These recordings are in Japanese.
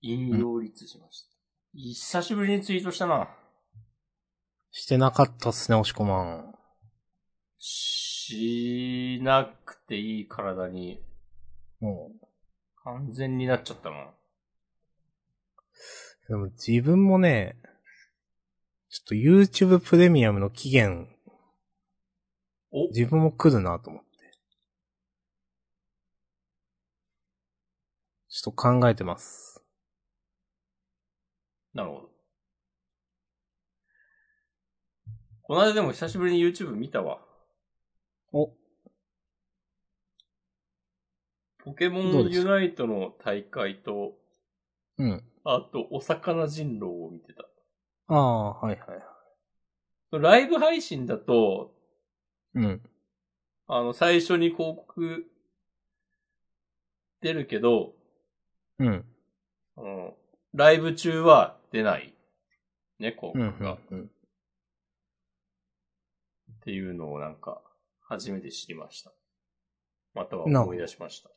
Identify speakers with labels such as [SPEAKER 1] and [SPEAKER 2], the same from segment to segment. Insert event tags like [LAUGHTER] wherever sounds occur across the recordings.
[SPEAKER 1] 引用リツしました。久しぶりにツイートしたな。
[SPEAKER 2] してなかったっすね、押し込まん。
[SPEAKER 1] しなくていい体に
[SPEAKER 2] も
[SPEAKER 1] 完全になっちゃったな。
[SPEAKER 2] う。でも自分もね、ちょっと YouTube プレミアムの期限、
[SPEAKER 1] お
[SPEAKER 2] 自分も来るなと思って。ちょっと考えてます。
[SPEAKER 1] なるほど。この間でも久しぶりに YouTube 見たわ。
[SPEAKER 2] お、
[SPEAKER 1] ポケモ
[SPEAKER 2] どう
[SPEAKER 1] ン
[SPEAKER 2] でし
[SPEAKER 1] ユ
[SPEAKER 2] た
[SPEAKER 1] ナイトの大会と、
[SPEAKER 2] うん。
[SPEAKER 1] あと、お魚人狼を見てた。
[SPEAKER 2] ああ、はいはいはい。
[SPEAKER 1] ライブ配信だと、
[SPEAKER 2] うん。
[SPEAKER 1] あの、最初に広告出るけど、
[SPEAKER 2] うん。
[SPEAKER 1] あのライブ中は出ない。ね、広
[SPEAKER 2] うん。う
[SPEAKER 1] 告が。っ
[SPEAKER 2] んうん。
[SPEAKER 1] ていうのをなんか、初めて知りました。または思い出しました。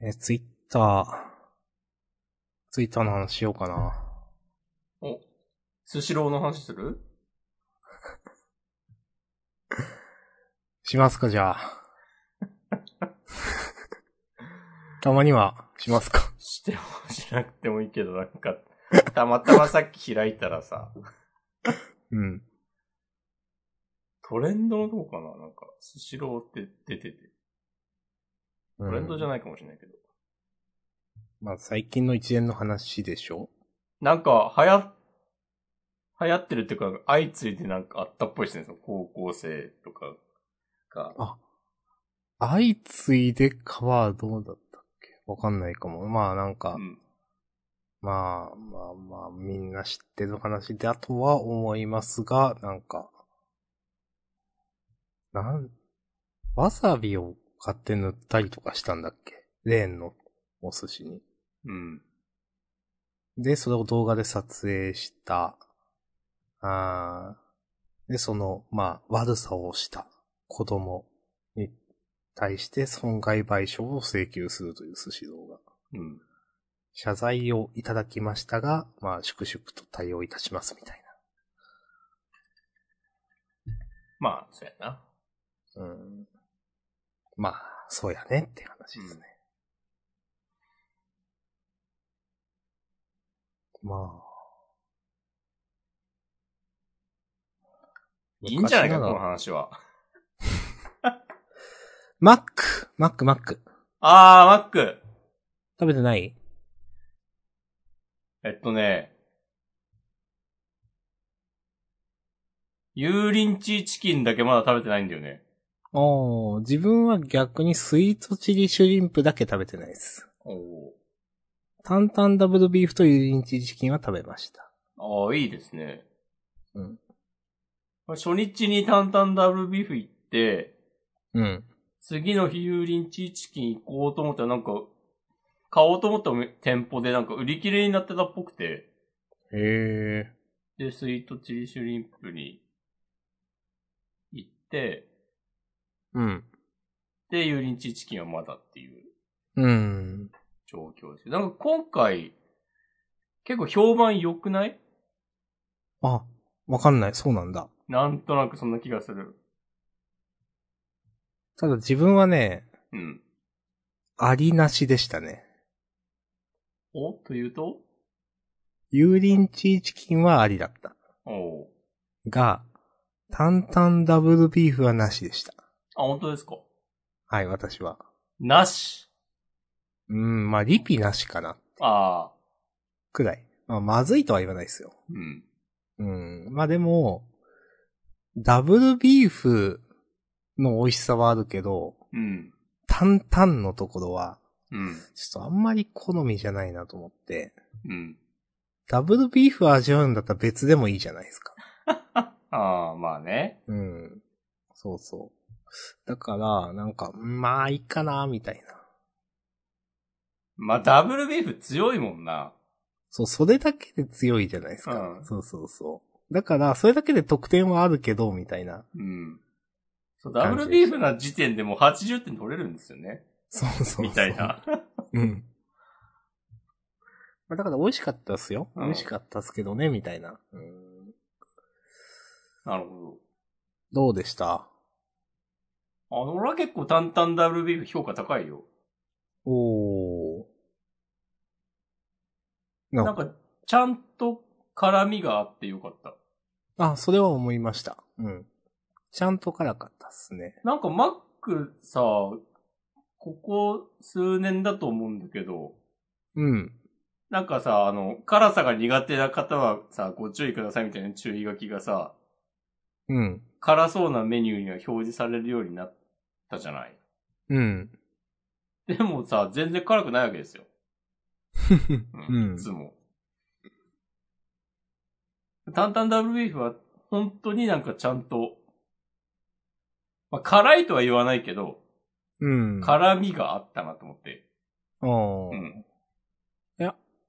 [SPEAKER 2] え、ツイッター。ツイッターの話しようかな。
[SPEAKER 1] お、スシローの話する
[SPEAKER 2] しますか、じゃあ。たまには、しますか。
[SPEAKER 1] してもしなくてもいいけど、なんか、たまたまさっき開いたらさ、
[SPEAKER 2] うん。
[SPEAKER 1] トレンドのとこかななんか、スシローって出てて。トレンドじゃ
[SPEAKER 2] い。
[SPEAKER 1] ないかもしれないけど。
[SPEAKER 2] まあ、最近の一連の話でしょ
[SPEAKER 1] なんか、流行、流行ってるっていうか、相次いでなんかあったっぽいですね。その高校生とかが。
[SPEAKER 2] 相次いでかはどうだったっけわかんないかも。まあ、なんか、
[SPEAKER 1] うん。
[SPEAKER 2] まあ、まあまあ、みんな知ってる話だとは思いますが、なんか、なん、わさびを買って塗ったりとかしたんだっけレーンのお寿司に。
[SPEAKER 1] うん。
[SPEAKER 2] で、それを動画で撮影した。あーで、その、まあ、悪さをした子供に対して損害賠償を請求するという寿司動画。
[SPEAKER 1] うん。
[SPEAKER 2] 謝罪をいただきましたが、まあ、粛々と対応いたしますみたい
[SPEAKER 1] まあ、そうやな。
[SPEAKER 2] な。うん。まあ、そうやねって話ですね。まあ。
[SPEAKER 1] いいんじゃないか、
[SPEAKER 2] 昔
[SPEAKER 1] こ
[SPEAKER 2] な
[SPEAKER 1] の
[SPEAKER 2] ら
[SPEAKER 1] 話は。
[SPEAKER 2] マックマックマック。
[SPEAKER 1] あー、マック。
[SPEAKER 2] 食べてない
[SPEAKER 1] えっとね、油淋鶏チキンだけまだ食べてないんだよね。
[SPEAKER 2] おー、自分は逆にスイートチリシュリンプだけ食べてないです。
[SPEAKER 1] おお。
[SPEAKER 2] タンタンダブルビーフと油淋鶏チキンは食べました。
[SPEAKER 1] ああ、いいですね。
[SPEAKER 2] うん。
[SPEAKER 1] 初日にタンタンダブルビーフ行って、
[SPEAKER 2] うん。
[SPEAKER 1] 次の日油淋鶏チキン行こうと思ったらなんか、買おうと思った店舗でなんか売り切れになってたっぽくて、
[SPEAKER 2] へえ。
[SPEAKER 1] で、スイートチリシュリンプに行って、
[SPEAKER 2] うん。
[SPEAKER 1] で、油淋鶏チキンはまだっていう
[SPEAKER 2] うん。
[SPEAKER 1] 状況です。なんか今回、結構評判良くない
[SPEAKER 2] あ、わかんない。そうなんだ。
[SPEAKER 1] なんとなくそんな気がする。
[SPEAKER 2] ただ自分はね、
[SPEAKER 1] うん。
[SPEAKER 2] ありなしでしたね。
[SPEAKER 1] おというと
[SPEAKER 2] 油淋鶏チキンはありだった。
[SPEAKER 1] おう
[SPEAKER 2] が、タンタンダブルビーフはなしでした。
[SPEAKER 1] あ、本当ですか
[SPEAKER 2] はい、私は。
[SPEAKER 1] なし。
[SPEAKER 2] うん、まあ、リピなしかな。
[SPEAKER 1] ああ。
[SPEAKER 2] くらい。まあ、まずいとは言わないですよ。
[SPEAKER 1] うん。
[SPEAKER 2] うん。まあでも、ダブルビーフの美味しさはあるけど、
[SPEAKER 1] うん。
[SPEAKER 2] タンタンのところは、
[SPEAKER 1] うん。
[SPEAKER 2] ちょっとあんまり好みじゃないなと思って、
[SPEAKER 1] うん。
[SPEAKER 2] ダブルビーフ味わうんだったら別でもいいじゃないですか。
[SPEAKER 1] ああ、まあね。
[SPEAKER 2] うん。そうそう。だから、なんか、まあいいかな、みたいな。
[SPEAKER 1] まあ、ダブルビーフ強いもんな。
[SPEAKER 2] そう、それだけで強いじゃないですか。
[SPEAKER 1] うん
[SPEAKER 2] そうそうそう。だから、それだけで得点はあるけど、みたいな。
[SPEAKER 1] うん。そう、ダブルビーフな時点でもう80点取れるんですよね。
[SPEAKER 2] そうそうそう
[SPEAKER 1] みたい。な。
[SPEAKER 2] うん。まあ、だから美味しかったっすよ。
[SPEAKER 1] うん
[SPEAKER 2] 美味しかったっすけどね、みたいな。うん
[SPEAKER 1] なるほ
[SPEAKER 2] どうでした
[SPEAKER 1] ど。あの、俺は結構担々ダブルビーフ評価高いよ。
[SPEAKER 2] おー。な
[SPEAKER 1] なんか、ちゃんと辛みがあってよかった。
[SPEAKER 2] あ、それは思いました。うん。ちゃんと辛かったっすね。
[SPEAKER 1] なんかマックさ、ここ数年だと思うんだけど、
[SPEAKER 2] うん。
[SPEAKER 1] なんかさ、あの、辛さが苦手な方はさ、ご注意くださいみたいな注意書きがさ、
[SPEAKER 2] うん。
[SPEAKER 1] 辛そうなメニューには表示されるようになったじゃない。
[SPEAKER 2] うん。
[SPEAKER 1] [LAUGHS] でもさ、全然辛くないわけですよ。
[SPEAKER 2] うん
[SPEAKER 1] いつも。タンタンダブルビーフは、本当になんかちゃんと、まあ、辛いとは言わないけど、
[SPEAKER 2] うん。
[SPEAKER 1] 辛みがあったなと思って。
[SPEAKER 2] おー
[SPEAKER 1] うん。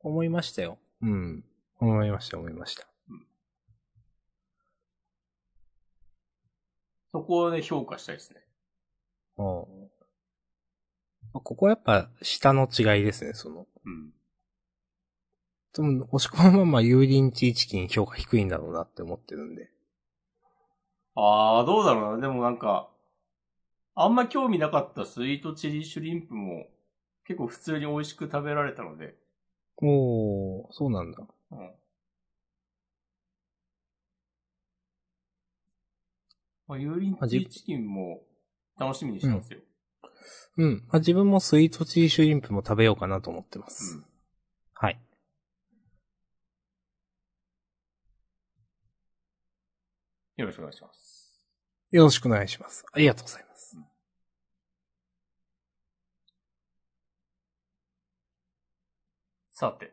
[SPEAKER 2] 思いましたよ。うん。思いました、思いました。
[SPEAKER 1] そこをね、評価したいですね。
[SPEAKER 2] おーまあここはやっぱ、下の違いですね、その。
[SPEAKER 1] うん。
[SPEAKER 2] でも、押し込むまま油淋鶏チキン評価低いんだろうなって思ってるんで。
[SPEAKER 1] あー、どうだろうな。でもなんか、あんま興味なかったスイートチリシュリンプも、結構普通に美味しく食べられたので、
[SPEAKER 2] おー、そうなんだ。
[SPEAKER 1] うん。まあ、油淋
[SPEAKER 2] あじ
[SPEAKER 1] 鶏チキンも楽しみにしてますよ。
[SPEAKER 2] うん。まあ、自分もスイートチーシュリンプも食べようかなと思ってます。
[SPEAKER 1] うん
[SPEAKER 2] はい。
[SPEAKER 1] よろしくお願いします。
[SPEAKER 2] よろしくお願いします。ありがとうございます。
[SPEAKER 1] さて、
[SPEAKER 2] い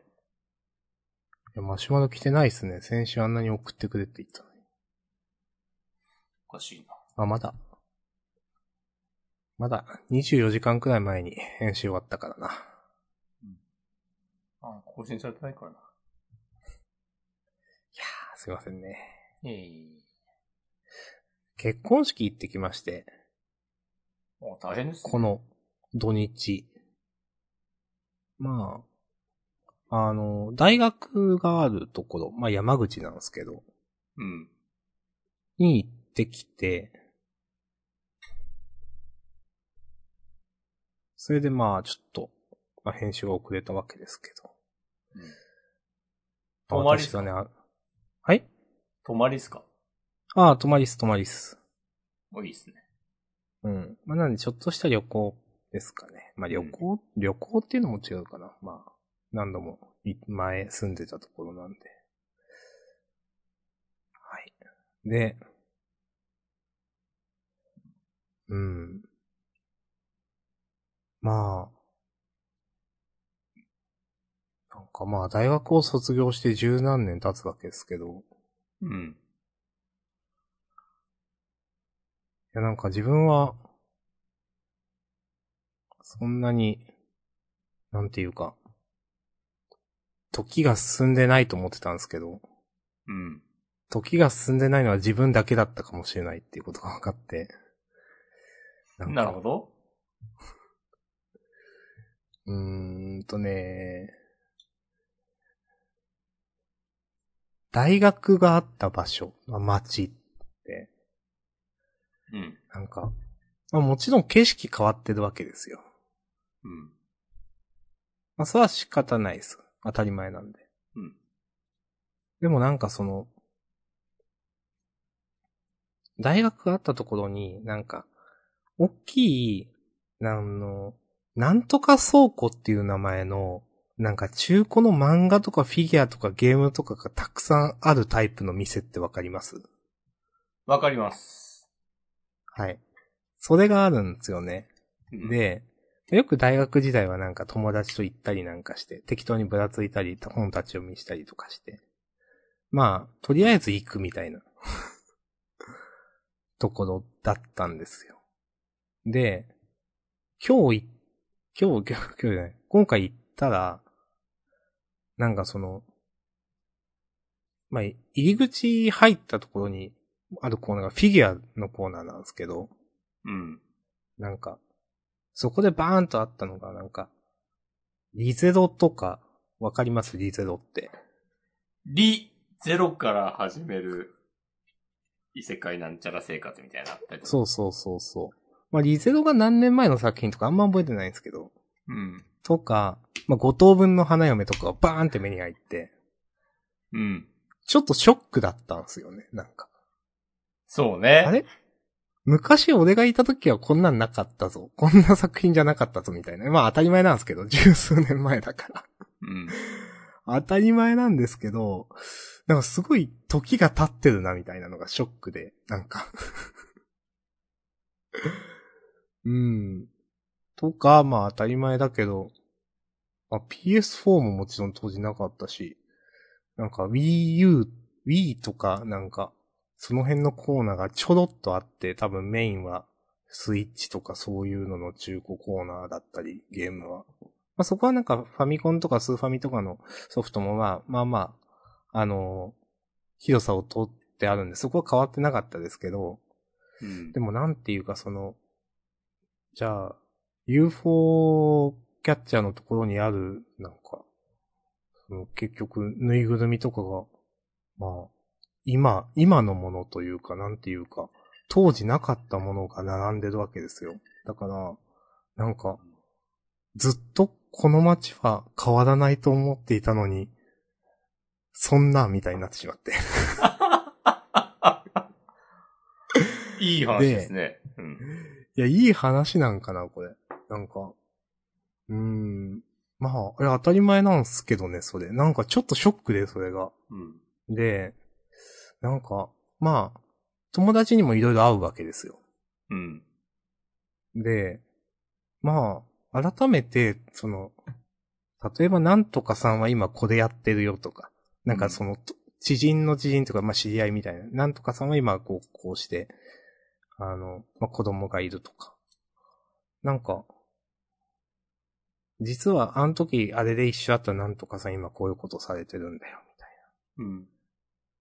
[SPEAKER 2] や、マシュマロ来てないですね。先週あんなに送ってくれって言ったのに。
[SPEAKER 1] おかしいな。
[SPEAKER 2] あ、まだ。まだ24時間くらい前に編集終わったからな。
[SPEAKER 1] あ、更新されてないからな。
[SPEAKER 2] すいませんね。
[SPEAKER 1] ええ
[SPEAKER 2] 結婚式行ってきまして、
[SPEAKER 1] あ、大変ですね。
[SPEAKER 2] この土日。まあ、あの、大学があるところ、まあ山口なんですけど、
[SPEAKER 1] うん。
[SPEAKER 2] に行ってきて、それでまあちょっと、まあ編集が遅れたわけですけど。
[SPEAKER 1] うん
[SPEAKER 2] まあ
[SPEAKER 1] 泊まりっ
[SPEAKER 2] 私
[SPEAKER 1] すか
[SPEAKER 2] がね、あはい
[SPEAKER 1] 泊まりっすか
[SPEAKER 2] ああ、泊まりっす、泊まりっす。
[SPEAKER 1] お、いいっすね。
[SPEAKER 2] うん。まあなんでちょっとした旅行ですかね。まあ旅行、旅行っていうのも違うかな。まあ、何度もい前住んでたところなんで。はい。で、うん。まあ、なんかまあ大学を卒業して十何年経つわけですけど、
[SPEAKER 1] うん。
[SPEAKER 2] いや、なんか自分は、そんなに、なんていうか、時が進んでないと思ってたんですけど、
[SPEAKER 1] うん。
[SPEAKER 2] 時が進んでないのは自分だけだったかもしれないっていうことが分かって。なんか
[SPEAKER 1] なるほど。
[SPEAKER 2] うーんとね、大学があった場所、まあ街って、
[SPEAKER 1] うん。
[SPEAKER 2] なんか、まあもちろん景色変わってるわけですよ。
[SPEAKER 1] うん。
[SPEAKER 2] まあ、それは仕方ないです。当たり前なんで。
[SPEAKER 1] うん。
[SPEAKER 2] でもなんかその、大学があったところに、なんか、大きい、なんの、なんとか倉庫っていう名前の、なんか中古の漫画とかフィギュアとかゲームとかがたくさんあるタイプの店ってわかります
[SPEAKER 1] わかります。
[SPEAKER 2] はい。それがあるんですよね。
[SPEAKER 1] うん、
[SPEAKER 2] で、よく大学時代はなんか友達と行ったりなんかして、適当にぶらついたり、本立ち読みしたりとかして。まあ、とりあえず行くみたいな、ところだったんですよ。で、今日い、今日、今日、今日じゃない、今回行ったら、なんかその、まあ、入り口入ったところにあるコーナーがフィギュアのコーナーなんですけど、
[SPEAKER 1] うん。
[SPEAKER 2] なんか、そこでバーンとあったのが、なんか、リゼロとか、わかりますリゼロって。
[SPEAKER 1] リ、ゼロから始める異世界なんちゃら生活みたいなのあったりとか
[SPEAKER 2] そうそうそうそう。まあ、リゼロが何年前の作品とかあんま覚えてないんですけど、
[SPEAKER 1] うん。
[SPEAKER 2] とか、まあ、五等分の花嫁とかがバーンって目に入って、
[SPEAKER 1] うん。
[SPEAKER 2] ちょっとショックだったんですよね、なんか。
[SPEAKER 1] そうね。
[SPEAKER 2] あれ昔俺がいた時はこんなんなかったぞ。こんな作品じゃなかったぞ、みたいな。まあ当たり前なんですけど、十数年前だから。
[SPEAKER 1] うん。
[SPEAKER 2] 当たり前なんですけど、なんかすごい時が経ってるなみたいなのがショックで、なんか。うん。とか、まあ当たり前だけど、まあ、PS4 ももちろん当時なかったし、なんか Wii U、Wii とかなんか、その辺のコーナーがちょろっとあって、多分メインはスイッチとかそういうのの中古コーナーだったり、ゲームは。まあそこはなんかファミコンとかスーファミとかのソフトもまあ、まあまあ、あの広さを取ってあるんで、そこは変わってなかったですけど、
[SPEAKER 1] うん
[SPEAKER 2] でもなんていうかその、じゃあ、UFO キャッチャーのところにある、なんか、その結局、ぬいぐるみとかが、まあ、今、今のものというか、なんていうか、当時なかったものが並んでるわけですよ。だから、なんか、ずっとこの街は変わらないと思っていたのに、そんな、みたいになってしまって。
[SPEAKER 1] [LAUGHS] いい話ですね。うん。
[SPEAKER 2] いや、いい話なんかな、これ。なんか。うーん。まあ、あれ当たり前なんすけどね、それ。なんかちょっとショックで、それが。
[SPEAKER 1] うん。
[SPEAKER 2] で、なんか、まあ、友達にもいろいろ会うわけですよ。
[SPEAKER 1] うん。
[SPEAKER 2] で、まあ、改めて、その、例えばなんとかさんは今これやってるよとか、なんかその、と知人の知人とか、まあ知り合いみたいな、なんとかさんは今こう、こうして、あの、まあ子供がいるとか。なんか、実はあの時あれで一緒だったなんとかさん今こういうことされてるんだよ、みたいな。
[SPEAKER 1] うん。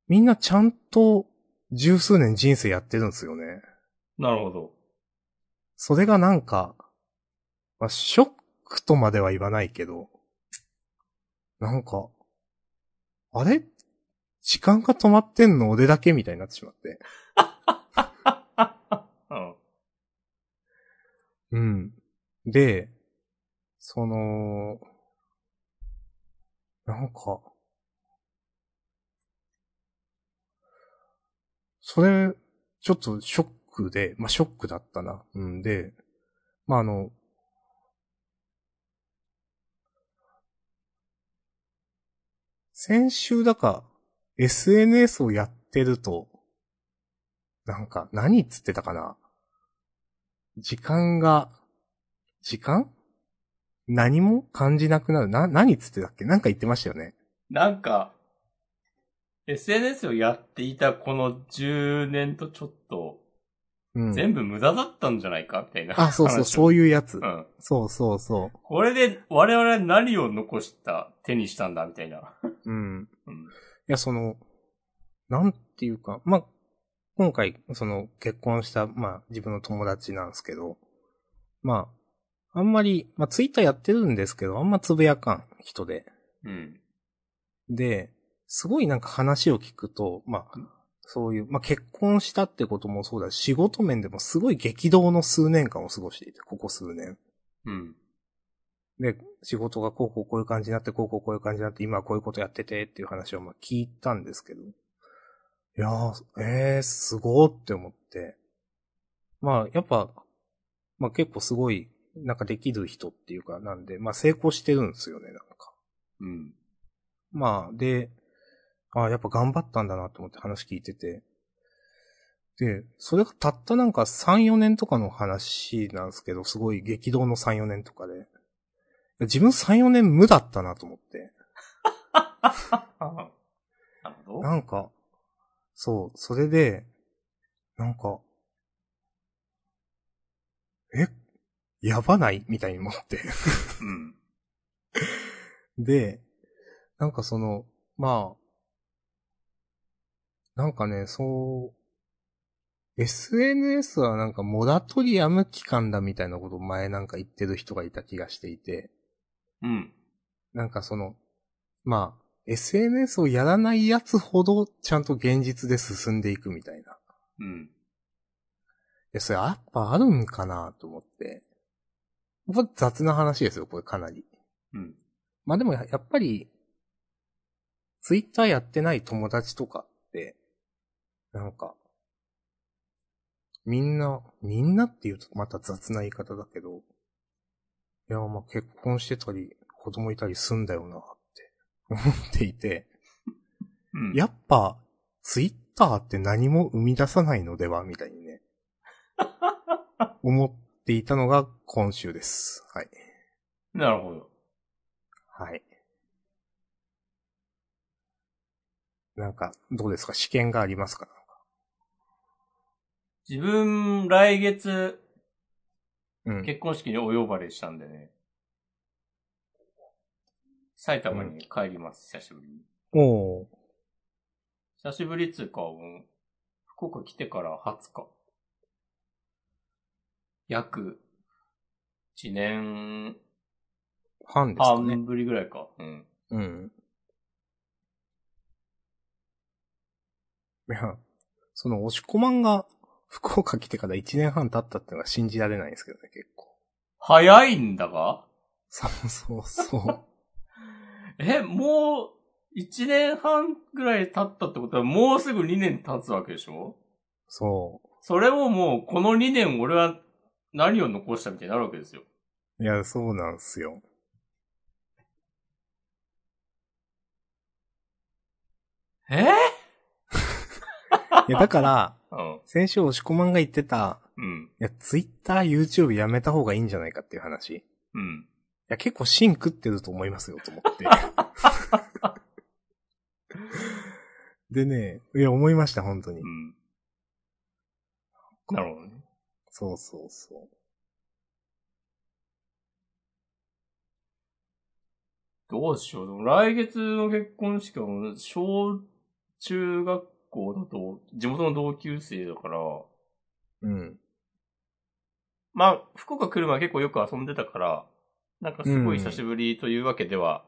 [SPEAKER 2] みんなちゃんと十数年人生やってるんですよね。
[SPEAKER 1] なるほど。
[SPEAKER 2] それがなんか、まあ、ショックとまでは言わないけど、なんか、あれ時間が止まってんの俺だけみたいになってしまって。
[SPEAKER 1] うん。
[SPEAKER 2] うん。で、その、なんか、それ、ちょっとショックで、まあ、ショックだったな。うんで、まあ、あの、先週だか、SNS をやってると、なんか、何っつってたかな時間が、時間何も感じなくなる。な、何っつってたっけなんか言ってましたよね。
[SPEAKER 1] なんか、SNS をやっていたこの10年とちょっと、
[SPEAKER 2] うん。
[SPEAKER 1] 全部無駄だったんじゃないかみたいな話を。
[SPEAKER 2] あ、そうそう、そういうやつ。
[SPEAKER 1] うん。
[SPEAKER 2] そうそうそ
[SPEAKER 1] これで我々は何を残した、手にしたんだみたいな。
[SPEAKER 2] う。うん。
[SPEAKER 1] うん。
[SPEAKER 2] いや、その、なんていうか、まあ、今回、その、結婚した、まあ、自分の友達なんですけど、まあ、あんまり、まあ、ツイッターやってるんですけど、あんまつぶやかん、人で。
[SPEAKER 1] うん。
[SPEAKER 2] で、すごいなんか話を聞くと、まあ、そういう、まあ、結婚したってこともそうだし、仕事面でもすごい激動の数年間を過ごしていて、ここ数年。
[SPEAKER 1] うん。
[SPEAKER 2] で、仕事がこうこうこういう感じになって、こうこうこういう感じになって、今はこういうことやっててっていう話をまあ聞いたんですけど。いやー、えー、すごーって思って。まあ、やっぱ、まあ結構すごい、なんかできる人っていうかなんで、まあ成功してるんですよね、なんか。
[SPEAKER 1] うん。 [LAUGHS]
[SPEAKER 2] まあ、で、あやっぱ頑張ったんだなと思って話聞いてて。で、それがたったなんか3、4年とかの話なんですけど、すごい激動の3、4年とかで。自分3、4年無だったなと思って。
[SPEAKER 1] あなるほど。
[SPEAKER 2] なんか、そう、それで、なんか、え、やばないみたいに思って。
[SPEAKER 1] うん。
[SPEAKER 2] で、なんかその、まあ、なんかね、そう、 SNS はなんかモラトリアム期間だみたいなことを前なんか言ってる人がいた気がしていて、
[SPEAKER 1] うん。
[SPEAKER 2] なんかその、まあ、SNS をやらないやつほどちゃんと現実で進んでいくみたいな。い
[SPEAKER 1] うん。
[SPEAKER 2] や、それやっぱあるんかなと思って。これ雑な話ですよ、これかなり。
[SPEAKER 1] うん。
[SPEAKER 2] まあでもややっぱり、ツイッターやってない友達とかって、なんか、みんな、みんなって言うとまた雑な言い方だけど、いや、まあ結婚してたり、子供いたりすんだよなって思っていて、
[SPEAKER 1] うん。
[SPEAKER 2] やっぱ、ツイッターって何も生み出さないのではみたいにね、思っていたのが今週です。はい。
[SPEAKER 1] なるほど。
[SPEAKER 2] はい。なんか、どうですか試験がありますか
[SPEAKER 1] 自分、来月、
[SPEAKER 2] うん。
[SPEAKER 1] 結婚式にお呼ばれしたんでね。埼玉に帰ります、久しぶりに。
[SPEAKER 2] おー
[SPEAKER 1] 久しぶりっつうか、もう、福岡来てから20日。約、1年
[SPEAKER 2] 半ですかね。
[SPEAKER 1] 半ぶりぐらいか。うん。
[SPEAKER 2] うん。いや、その、押し込まんが、福岡来てから1年半経ったってのが信じられないんですけどね、結構。
[SPEAKER 1] 早いんだが
[SPEAKER 2] そう [LAUGHS] そうそう。
[SPEAKER 1] え、もう、1年半ぐらい経ったってことは、もうすぐ2年経つわけでしょ
[SPEAKER 2] そ
[SPEAKER 1] それをもう、この2年俺は何を残したみたいになるわけですよ。
[SPEAKER 2] う。いや、そうなんすよ。
[SPEAKER 1] え
[SPEAKER 2] いや、だから、
[SPEAKER 1] うん。
[SPEAKER 2] 先週押し込まんが言ってた、
[SPEAKER 1] うん。
[SPEAKER 2] いや、Twitter、YouTube やめた方がいいんじゃないかっていう話。
[SPEAKER 1] うん。
[SPEAKER 2] いや、結構芯食ってると思いますよ、と思 [LAUGHS] って。でね、いや、思いました、本当に
[SPEAKER 1] う。ん。なるほどね。
[SPEAKER 2] そうそうそ
[SPEAKER 1] どうしよう。でも来月の結婚式はもう、小中学校だと、地元の同級生だから、
[SPEAKER 2] う。うん。
[SPEAKER 1] まあ、福岡来る前結構よく遊んでたから、なんかすごい久しぶりというわけでは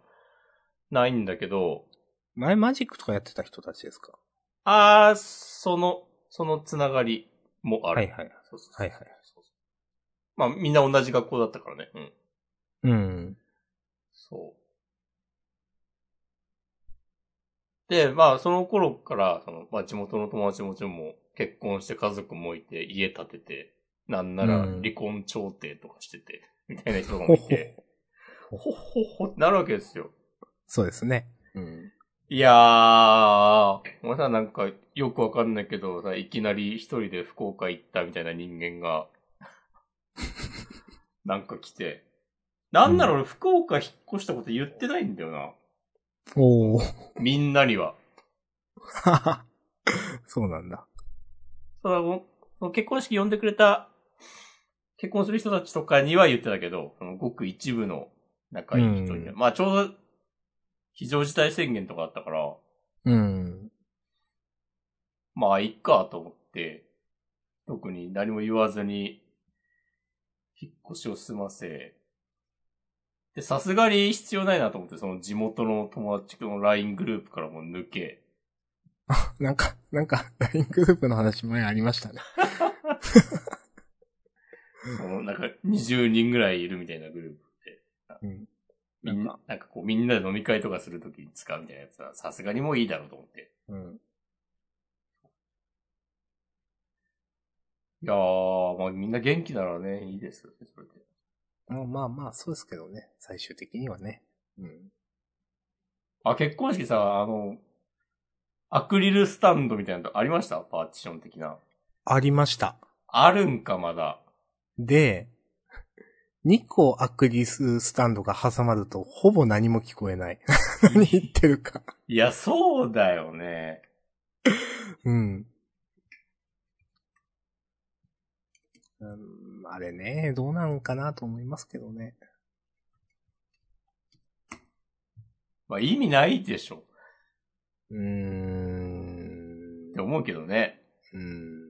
[SPEAKER 1] ないんだけど、
[SPEAKER 2] 前マジックとかやってた人たちですか
[SPEAKER 1] あー、その、そのつながりもある。
[SPEAKER 2] はいはい。
[SPEAKER 1] そうそうそう
[SPEAKER 2] はいはい
[SPEAKER 1] そうそうまあ、みんな同じ学校だったからね。うん。
[SPEAKER 2] うん。
[SPEAKER 1] そう。で、まあ、その頃から、その、まあ、地元の友達もちろんもう結婚して家族もいて、家建てて、なんなら
[SPEAKER 2] うん
[SPEAKER 1] 離婚調停とかしてて、みたいな人とかもいて、
[SPEAKER 2] ほ
[SPEAKER 1] ほほ
[SPEAKER 2] ほ
[SPEAKER 1] ほってなるわけですよ。
[SPEAKER 2] そうですね。うん。
[SPEAKER 1] いやー、まさなんかよくわかんないけどさ、いきなり一人で福岡行ったみたいな人間が、
[SPEAKER 2] [LAUGHS]
[SPEAKER 1] なんか来て、なんなら俺福岡引っ越したこと言ってないんだよな。
[SPEAKER 2] おお。
[SPEAKER 1] みんなには。
[SPEAKER 2] はは [LAUGHS] そうなんだ。
[SPEAKER 1] そのその結婚式呼んでくれた、結婚する人たちとかには言ってたけど、そのごく一部の仲いい人には。
[SPEAKER 2] う
[SPEAKER 1] まあちょうど、非常事態宣言とかあったから、
[SPEAKER 2] うん。
[SPEAKER 1] まあいっかと思って、特に何も言わずに、引っ越しを済ませ、で、さすがに必要ないなと思って、その地元の友達の LINE グループからも抜け、
[SPEAKER 2] あ、 [LAUGHS] なんか、なんか、LINE グループの話前ありましたね。
[SPEAKER 1] そのなんか20人ぐらいいるみたいなグループ。
[SPEAKER 2] うん。
[SPEAKER 1] みん
[SPEAKER 2] なん
[SPEAKER 1] な、なんかこうみんなで飲み会とかするときに使うみたいなやつは、さすがにもういいだろうと思って。
[SPEAKER 2] うん。
[SPEAKER 1] いやー、まあみんな元気ならね、いいですよね、それで。
[SPEAKER 2] まあまあまあ、そうですけどね。最終的にはね。うん。
[SPEAKER 1] あ、結婚式さ、あの、アクリルスタンドみたいなのありましたパーティション的な。
[SPEAKER 2] ありました。
[SPEAKER 1] あるんか、まだ。
[SPEAKER 2] で、2個アクリススタンドが挟まると、ほぼ何も聞こえ [LAUGHS] ない。何言ってるか。
[SPEAKER 1] いや、そうだよね。
[SPEAKER 2] うん。うん、あれね、どうなんかなと思いますけどね。
[SPEAKER 1] まあ、意味ないでしょ。
[SPEAKER 2] うーん
[SPEAKER 1] って。思うけどね。
[SPEAKER 2] うん。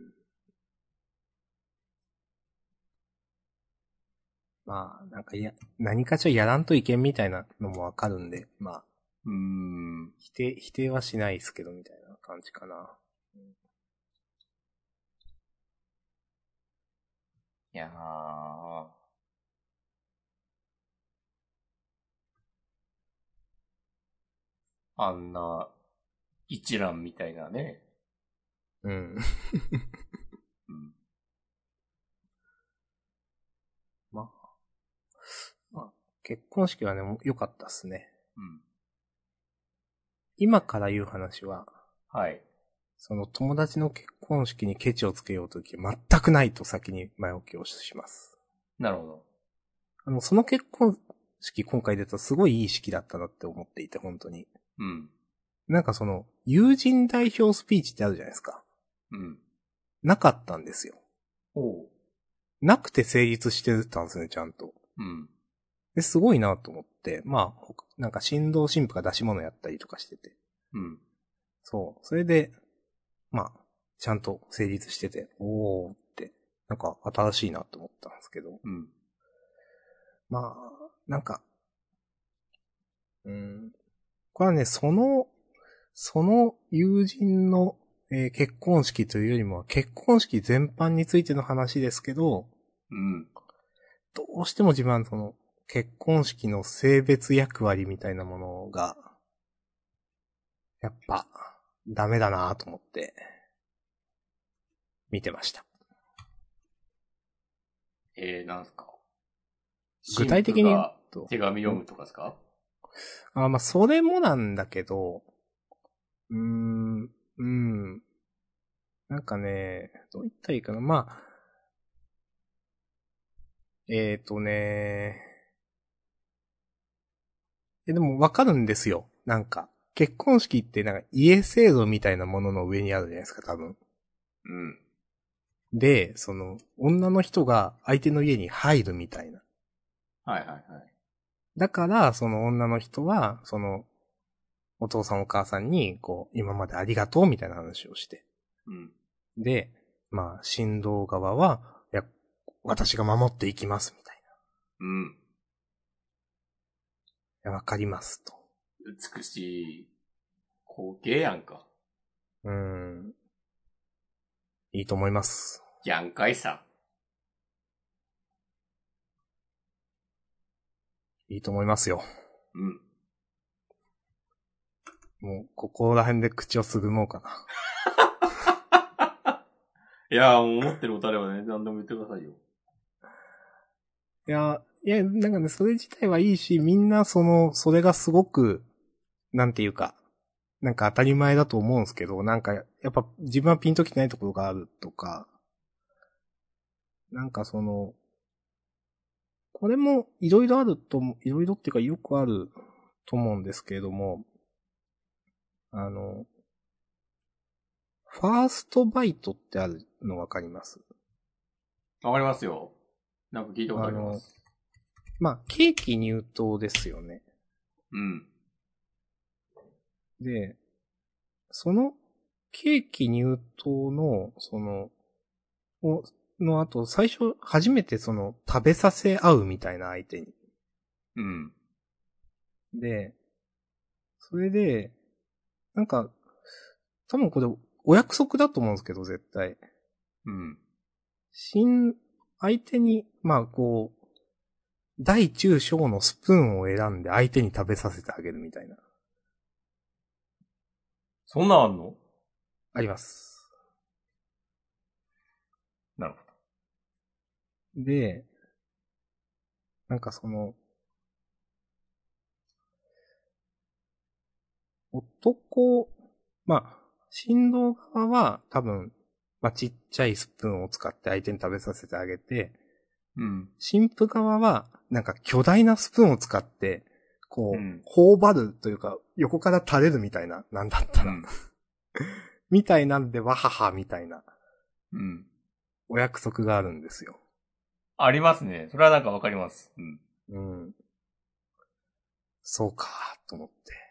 [SPEAKER 2] まあ、なんかや、何かしらやらんといけんみたいなのもわかるんで、まあ、
[SPEAKER 1] うーん。
[SPEAKER 2] 否定、否定はしないですけど、みたいな感じかな。
[SPEAKER 1] いやー。あんな、一覧みたいなね。
[SPEAKER 2] うん。
[SPEAKER 1] うん。
[SPEAKER 2] まあ、まあ、結婚式はね、良かったっすね。
[SPEAKER 1] うん。
[SPEAKER 2] 今から言う話は、
[SPEAKER 1] はい。
[SPEAKER 2] その友達の結婚式にケチをつけようとき全くないと先に前置きをします。
[SPEAKER 1] なるほど。
[SPEAKER 2] あの、その結婚式今回出たすごいいい式だったなって思っていて、本当に。
[SPEAKER 1] うん。
[SPEAKER 2] なんかその、友人代表スピーチってあるじゃないですか。
[SPEAKER 1] うん。
[SPEAKER 2] なかったんですよ。
[SPEAKER 1] おう。
[SPEAKER 2] なくて成立してたんですね、ちゃんと。
[SPEAKER 1] うん。
[SPEAKER 2] で、すごいなと思って、まあ、ほなんか新郎新婦が出し物やったりとかしてて。
[SPEAKER 1] うん。
[SPEAKER 2] そう。それで、まあ、ちゃんと成立してて、おーって、なんか新しいなと思ったんですけど。
[SPEAKER 1] うん。
[SPEAKER 2] まあ、なんか、うん。これはね、その、その友人の、えー結婚式というよりも、結婚式全般についての話ですけど、
[SPEAKER 1] うん。
[SPEAKER 2] どうしても自分はその、結婚式の性別役割みたいなものが、やっぱ、ダメだなと思って、見てました。
[SPEAKER 1] えー、なんすか
[SPEAKER 2] 具体的
[SPEAKER 1] 神
[SPEAKER 2] に言
[SPEAKER 1] 父
[SPEAKER 2] う
[SPEAKER 1] が
[SPEAKER 2] と
[SPEAKER 1] 手紙読むとかですか
[SPEAKER 2] あまあ、それもなんだけど、うーん、うん。なんかね、どう言ったらいいかな。まあ、えっ、ー、とね、え、でもわかるんですよ。なんか、結婚式ってなんか家制度みたいなものの上にあるじゃないですか、多分。
[SPEAKER 1] うん。
[SPEAKER 2] で、その、女の人が相手の家に入るみたいな。
[SPEAKER 1] はいはいはい。
[SPEAKER 2] だから、その女の人は、その、お父さんお母さんに、こう、今までありがとうみたいな話をして。
[SPEAKER 1] うん。
[SPEAKER 2] で、まあ、新郎側は、いや、私が守っていきます、みたい
[SPEAKER 1] うん。
[SPEAKER 2] な。いや、わかります、と。
[SPEAKER 1] 美しい光景やんか。
[SPEAKER 2] うーん。いいと思います。
[SPEAKER 1] やんかいさ。
[SPEAKER 2] いいと思いますよ。
[SPEAKER 1] うん。
[SPEAKER 2] もう、ここら辺で口をすぐもうかな。
[SPEAKER 1] いやー、思ってることあればね、何でも言ってくださいよ。
[SPEAKER 2] いや、いや、なんかね、それ自体はいいし、みんなその、それがすごく、なんていうか、なんか当たり前だと思うんですけど、なんか、やっぱ自分はピンときてないところがあるとか、なんかその、これもいろいろあると思う、いろいろっていうかよくあると思うんですけれども、あの、ファーストバイトってあるのわかります
[SPEAKER 1] わかりますよ。なんか聞いたことあります。
[SPEAKER 2] まあ、ケーキ入刀ですよね。
[SPEAKER 1] うん。
[SPEAKER 2] で、その、ケーキ入刀の、その、を、の後、最初、初めてその、食べさせ合うみたいな相手に。
[SPEAKER 1] うん。
[SPEAKER 2] で、それで、なんか、多分これ、お約束だと思うんですけど、絶対。
[SPEAKER 1] うん。
[SPEAKER 2] 新、相手に、まあこう、大中小のスプーンを選んで相手に食べさせてあげるみたいな。
[SPEAKER 1] そんなんあんの
[SPEAKER 2] あります。
[SPEAKER 1] なるほ
[SPEAKER 2] で、なんかその、男、まあ、新郎側は多分、まあ、ちっちゃいスプーンを使って相手に食べさせてあげて、
[SPEAKER 1] ど。うん。
[SPEAKER 2] 新婦側は、なんか巨大なスプーンを使って、こう、
[SPEAKER 1] うん
[SPEAKER 2] 頬張るというか、横から垂れるみたいな、なんだったら、みたいなんで、わはは、みたいな、
[SPEAKER 1] うん。
[SPEAKER 2] お約束があるんですよ。
[SPEAKER 1] ありますね。それはなんかわかります。うん。
[SPEAKER 2] うん。そうか、と
[SPEAKER 1] [LAUGHS]
[SPEAKER 2] 思って。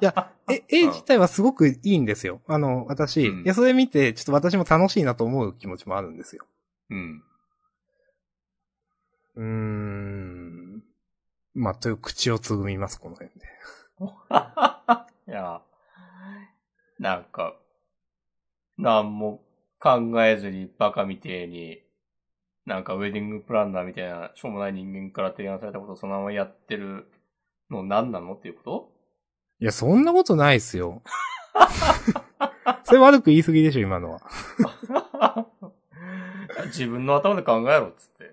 [SPEAKER 2] いや、え、絵自体はすごくいいんですよ。あの、私、
[SPEAKER 1] うん
[SPEAKER 2] いや、それ見て、ちょっと私も楽しいなと思う気持ちもあるんですよ。
[SPEAKER 1] うん。
[SPEAKER 2] うーん。まあ、という口をつぐみます、この辺で。
[SPEAKER 1] [LAUGHS] いや、なんか、なんも考えずにバカみてえに、なんかウェディングプランナーみたいな、しょうもない人間から提案されたことをそのままやってるの何なのっていうこ
[SPEAKER 2] いや、そんなことないっす
[SPEAKER 1] [LAUGHS]
[SPEAKER 2] よ。それ悪く言い過ぎでしょ、今のは。
[SPEAKER 1] と [LAUGHS] 自分の頭で考えろっつって。
[SPEAKER 2] い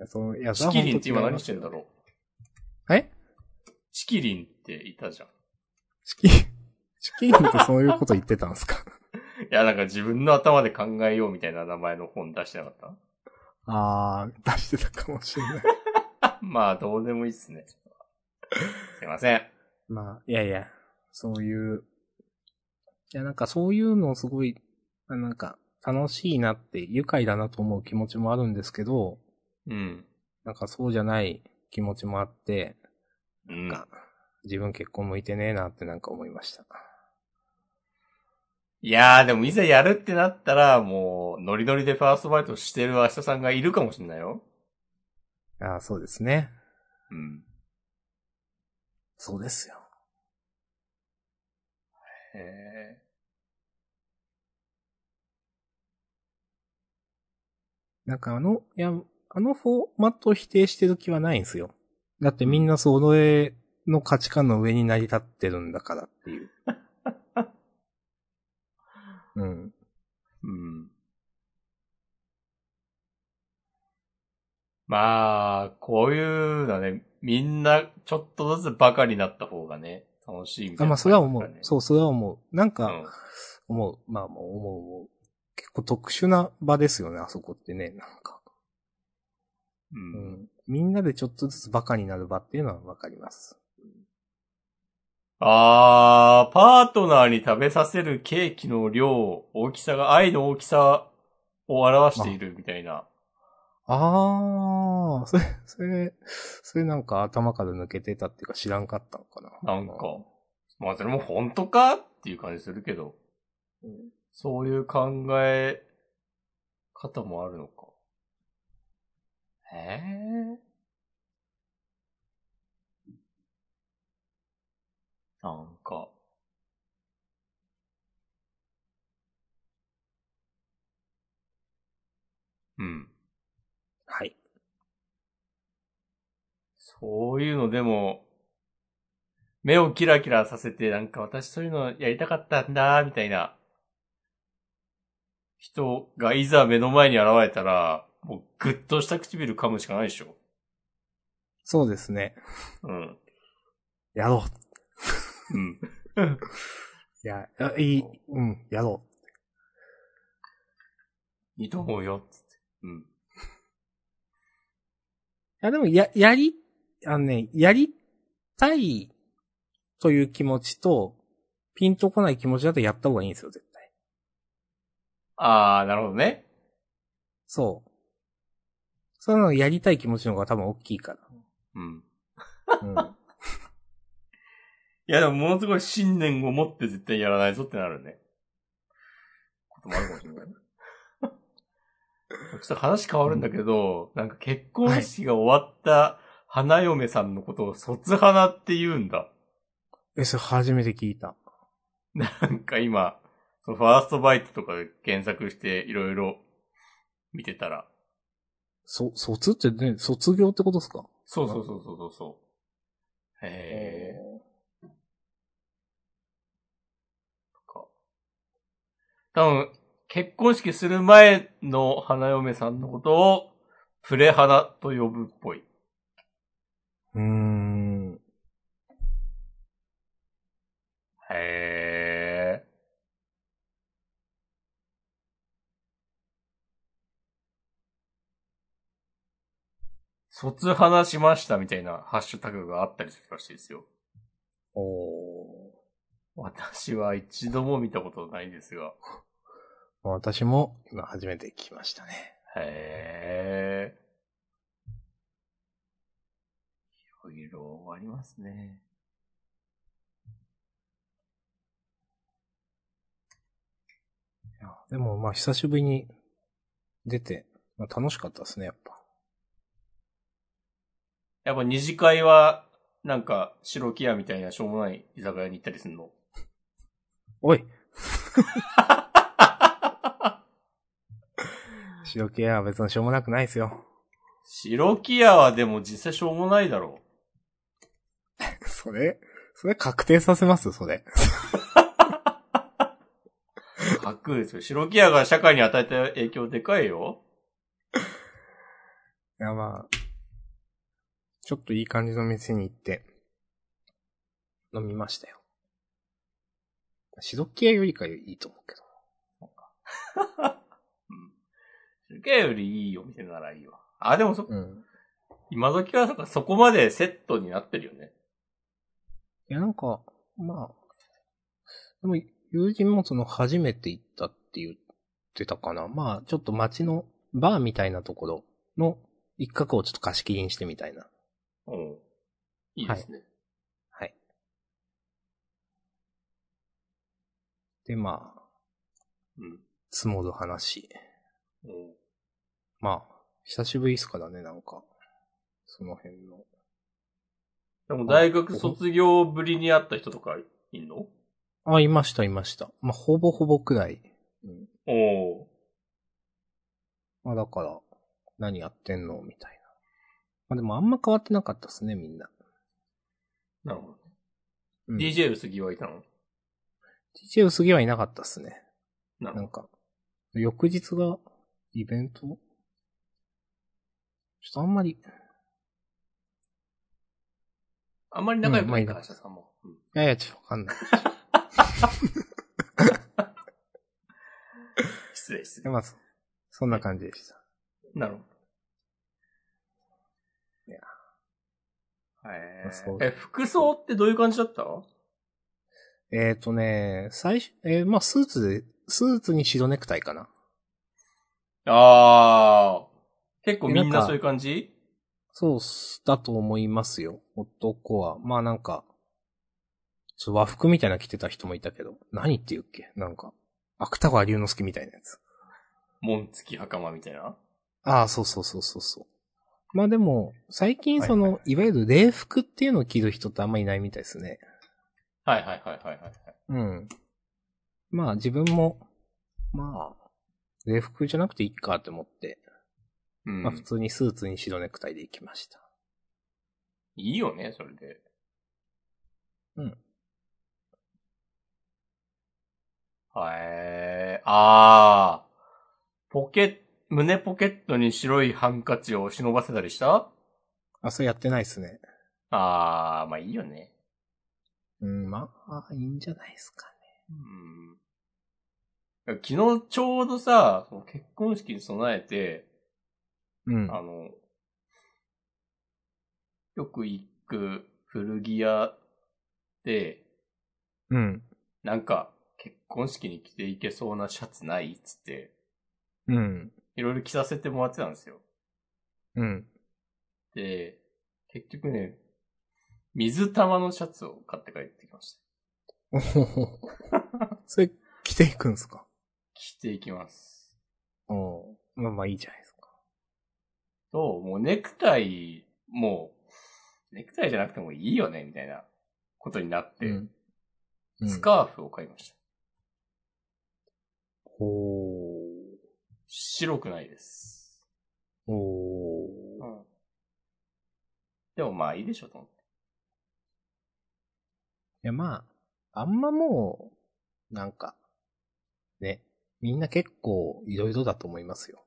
[SPEAKER 2] やそのいや、
[SPEAKER 1] チキリンって今何してんだろう
[SPEAKER 2] え
[SPEAKER 1] チキリンっていたじゃん。
[SPEAKER 2] チキン、チキンってそういうこと言ってたんで
[SPEAKER 1] [LAUGHS]
[SPEAKER 2] すか
[SPEAKER 1] いや、なんか自分の頭で考えようみたいな名前の本出してなかっ
[SPEAKER 2] あー、 [LAUGHS] 出してたかもしれない。
[SPEAKER 1] たまあ、どうでもいいっすね。すいません。
[SPEAKER 2] まあ、いやいや、そういう、いや、なんかそういうのすごい、あなんか、楽しいなって、愉快だなと思う気持ちもあるんですけど、
[SPEAKER 1] うん。
[SPEAKER 2] なんかそうじゃない気持ちもあって、
[SPEAKER 1] うん。
[SPEAKER 2] なんか、自分結婚向いてねえなってなんか思いました。
[SPEAKER 1] いやー、でもいざやるってなったら、もう、ノリノリでファーストバイトしてる明日さんがいるかもしれないよ。
[SPEAKER 2] ああ、そうですね。
[SPEAKER 1] うん。
[SPEAKER 2] そうですよ。
[SPEAKER 1] へ
[SPEAKER 2] なんかあの、いや、あのフォーマットを否定してる気はないんですよ。だってみんなそれの価値観の上に成り立ってるんだからって [LAUGHS] いう。うん。
[SPEAKER 1] ーうん。まあ、こういうのはね、みんなちょっとずつバカになった方がね、楽しいみた
[SPEAKER 2] あ
[SPEAKER 1] いな、
[SPEAKER 2] まあそれは思
[SPEAKER 1] 感
[SPEAKER 2] う
[SPEAKER 1] じ。ですか
[SPEAKER 2] そう、それは思う。なん
[SPEAKER 1] ね
[SPEAKER 2] か、思う。まあもう思う思う。結構特殊な場ですよね、あそこってね。なんか。
[SPEAKER 1] うん。
[SPEAKER 2] う
[SPEAKER 1] うん
[SPEAKER 2] ん。みんなでちょっとずつバカになる場っていうのはわかります。
[SPEAKER 1] あー、パートナーに食べさせるケーキの量、大きさが、愛の大きさを表しているみたいな。
[SPEAKER 2] あー、 [LAUGHS] それ、それ、それなんか頭から抜けてたっていうか知らんかったのかな。
[SPEAKER 1] なんか、まあそれも本当かっていう感じするけど、
[SPEAKER 2] うん
[SPEAKER 1] そういう考え方もあるのか。へえ。なんか、うん。
[SPEAKER 2] はい。
[SPEAKER 1] そういうのでも、目をキラキラさせて、なんか私そういうのやりたかったんだ、みたいな、人がいざ目の前に現れたら、もうグッとした唇噛むしかないでしょ。
[SPEAKER 2] そうですね。
[SPEAKER 1] うん。
[SPEAKER 2] やろう。
[SPEAKER 1] うん。
[SPEAKER 2] いや、あいい、うん、やろ
[SPEAKER 1] いいと思うよ、つって。うん。
[SPEAKER 2] う。いや、でも、や、やり、あのね、やりたいという気持ちと、ピンとこない気持ちだとやった方がいいんですよ、絶対。
[SPEAKER 1] あー、なるほどね。
[SPEAKER 2] そう。そういうのやりたい気持ちの方が多分大きいか
[SPEAKER 1] うん。
[SPEAKER 2] ら。うん。
[SPEAKER 1] いや、でもものすごい信念を持って絶対やらないぞってなるね。こともあるかもしれない。 [LAUGHS] ちょっと話変わるんだけど、なんか結婚式が終わった花嫁さんのことを卒花って言うんだ。 [LAUGHS]
[SPEAKER 2] え、それ初めて聞いた。
[SPEAKER 1] なんか今、そのファーストバイトとかで検索していろいろ見てたら。
[SPEAKER 2] そ、卒ってね、卒業ってことですか
[SPEAKER 1] そうそうそうそうそうそう。へえ。か。多分、結婚式する前の花嫁さんのことを、プレ花と呼ぶっぽい。
[SPEAKER 2] うーん。
[SPEAKER 1] へえ。卒花しましたみたいなハッシュタグがあったりするらしいですよ。
[SPEAKER 2] おー
[SPEAKER 1] 私は一度も見たことないですが。
[SPEAKER 2] 私も今初めて聞きましたね。
[SPEAKER 1] へえ。いろいろありますね。
[SPEAKER 2] いやでもまあ久しぶりに出て、まあ楽しかったですね、やっぱ。
[SPEAKER 1] やっぱ二次会は、なんか、白木屋みたいなしょうもない居酒屋に行ったりすんの。
[SPEAKER 2] おい白木屋は別にしょうもなくないですよ。
[SPEAKER 1] 白木屋はでも実際しょうもないだろ
[SPEAKER 2] [LAUGHS] それ、それ確定させますそれ。
[SPEAKER 1] う。かっこいいですよ。白木屋が社会に与えた影響でかいよ。
[SPEAKER 2] いやまあ、ちょっといい感じの店に行って、飲みましたよ。シドキ屋よりかいいと思うけど。
[SPEAKER 1] うん。白木屋よりいいお店ならいいわ。あ、でもそ、
[SPEAKER 2] うん。
[SPEAKER 1] 今時はなんかそこまでセットになってるよね。
[SPEAKER 2] いやなんか、まあ、でも友人もその初めて行ったって言ってたかな。まあ、ちょっと街のバーみたいなところの一角をちょっと貸し切りにしてみたいな。
[SPEAKER 1] うん。いいですね。
[SPEAKER 2] はい。で、まあ、
[SPEAKER 1] うん。
[SPEAKER 2] 積もる話。
[SPEAKER 1] うん
[SPEAKER 2] まあ、久しぶりですからね、なんか。その辺の。
[SPEAKER 1] でも大学卒業ぶりに会った人とかいんの
[SPEAKER 2] あ、いました、いました。まあ、ほぼほぼくらい。うん。
[SPEAKER 1] おお。
[SPEAKER 2] まあ、だから、何やってんのみたいな。まあ、でもあんま変わってなかったっすね、みんな。
[SPEAKER 1] なるほど。
[SPEAKER 2] うん、
[SPEAKER 1] DJ 薄木はいたの
[SPEAKER 2] DJ 薄木はいなかったっすね。
[SPEAKER 1] なるほ
[SPEAKER 2] な
[SPEAKER 1] ど。
[SPEAKER 2] んか、翌日が、イベントちょっとあんまり、い
[SPEAKER 1] あんまり仲良くない
[SPEAKER 2] うんまあい
[SPEAKER 1] か、
[SPEAKER 2] なか
[SPEAKER 1] 明日さんも。うん
[SPEAKER 2] やいや、ちょっとわかんない。 [LAUGHS]
[SPEAKER 1] 失礼、失
[SPEAKER 2] で
[SPEAKER 1] 礼。
[SPEAKER 2] まあ、そそんな感じでした。
[SPEAKER 1] なるほ
[SPEAKER 2] い
[SPEAKER 1] ど。
[SPEAKER 2] や
[SPEAKER 1] へ
[SPEAKER 2] そう
[SPEAKER 1] ーえ、服装ってどういう感じだった
[SPEAKER 2] えっ、ー、とね、最初、えーまあ、スーツで、スーツに白ネクタイかな。
[SPEAKER 1] ああ。結構み
[SPEAKER 2] え
[SPEAKER 1] ん
[SPEAKER 2] なん
[SPEAKER 1] な
[SPEAKER 2] か
[SPEAKER 1] そういう感じ
[SPEAKER 2] そうっす、だと思いますよ。男は。まあなんか、ちょっと和服みたいなの着てた人もいたけど、何って言うっけなんか、芥川龍之介みたいなやつ。
[SPEAKER 1] 紋付き袴みたいな。
[SPEAKER 2] ああ、そうそうそうそうそう。まあでも、最近その、
[SPEAKER 1] はい
[SPEAKER 2] い
[SPEAKER 1] は
[SPEAKER 2] わゆる礼服っていうのを着る人ってあんまいないみたいですね。
[SPEAKER 1] はいはいはいはいはい。
[SPEAKER 2] うん。まあ自分も、まあ、礼服じゃなくていいかって思って、
[SPEAKER 1] う
[SPEAKER 2] まあ普
[SPEAKER 1] ん。
[SPEAKER 2] 通にスーツに白ネクタイで行きました。
[SPEAKER 1] いいよね、それで。
[SPEAKER 2] うん。
[SPEAKER 1] はい。ああ。ポケッ、胸ポケットに白いハンカチを忍ばせたりした
[SPEAKER 2] あ、それやってないですね。
[SPEAKER 1] ああ、まあいいよね。
[SPEAKER 2] うん、まあ、いいんじゃないですかね。
[SPEAKER 1] うん。昨日ちょうどさ、その結婚式に備えて、
[SPEAKER 2] うん。
[SPEAKER 1] あの、よく行く古着屋で、
[SPEAKER 2] うん。
[SPEAKER 1] なんか、結婚式に着ていけそうなシャツないっつって、
[SPEAKER 2] うん。
[SPEAKER 1] いろいろ着させてもらってたんですよ。
[SPEAKER 2] [LAUGHS] うん。
[SPEAKER 1] で、結局ね、水玉のシャツを買って帰ってきました。
[SPEAKER 2] おほほ。それ、着ていくんすか
[SPEAKER 1] 着ていきます。
[SPEAKER 2] おうまあまあいいじゃないですか。
[SPEAKER 1] と、もうネクタイ、もう、ネクタイじゃなくてもいいよね、みたいなことになって、
[SPEAKER 2] うん。
[SPEAKER 1] スカーフを買いました。
[SPEAKER 2] ほ
[SPEAKER 1] 白くないです。
[SPEAKER 2] ー。おー。
[SPEAKER 1] ん。でもまあいいでしょ、と思って。
[SPEAKER 2] いやまあ、あんまもう、なんか、ね、みんな結構いろいろだと思いますよ。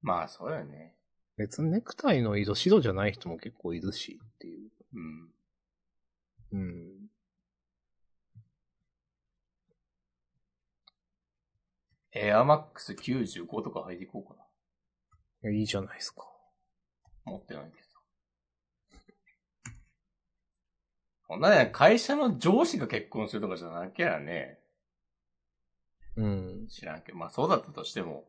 [SPEAKER 1] まあそうだよね。
[SPEAKER 2] 別にネクタイの色白じゃない人も結構いるしっていう。
[SPEAKER 1] うん。
[SPEAKER 2] うん。
[SPEAKER 1] エアマックス95とか履いていこうか
[SPEAKER 2] いや、いいじゃないですか。
[SPEAKER 1] な。持ってないけど。そんなね、会社の上司が結婚するとかじゃなきゃね、
[SPEAKER 2] うん。
[SPEAKER 1] 知らんけど。まあそうだったとしても。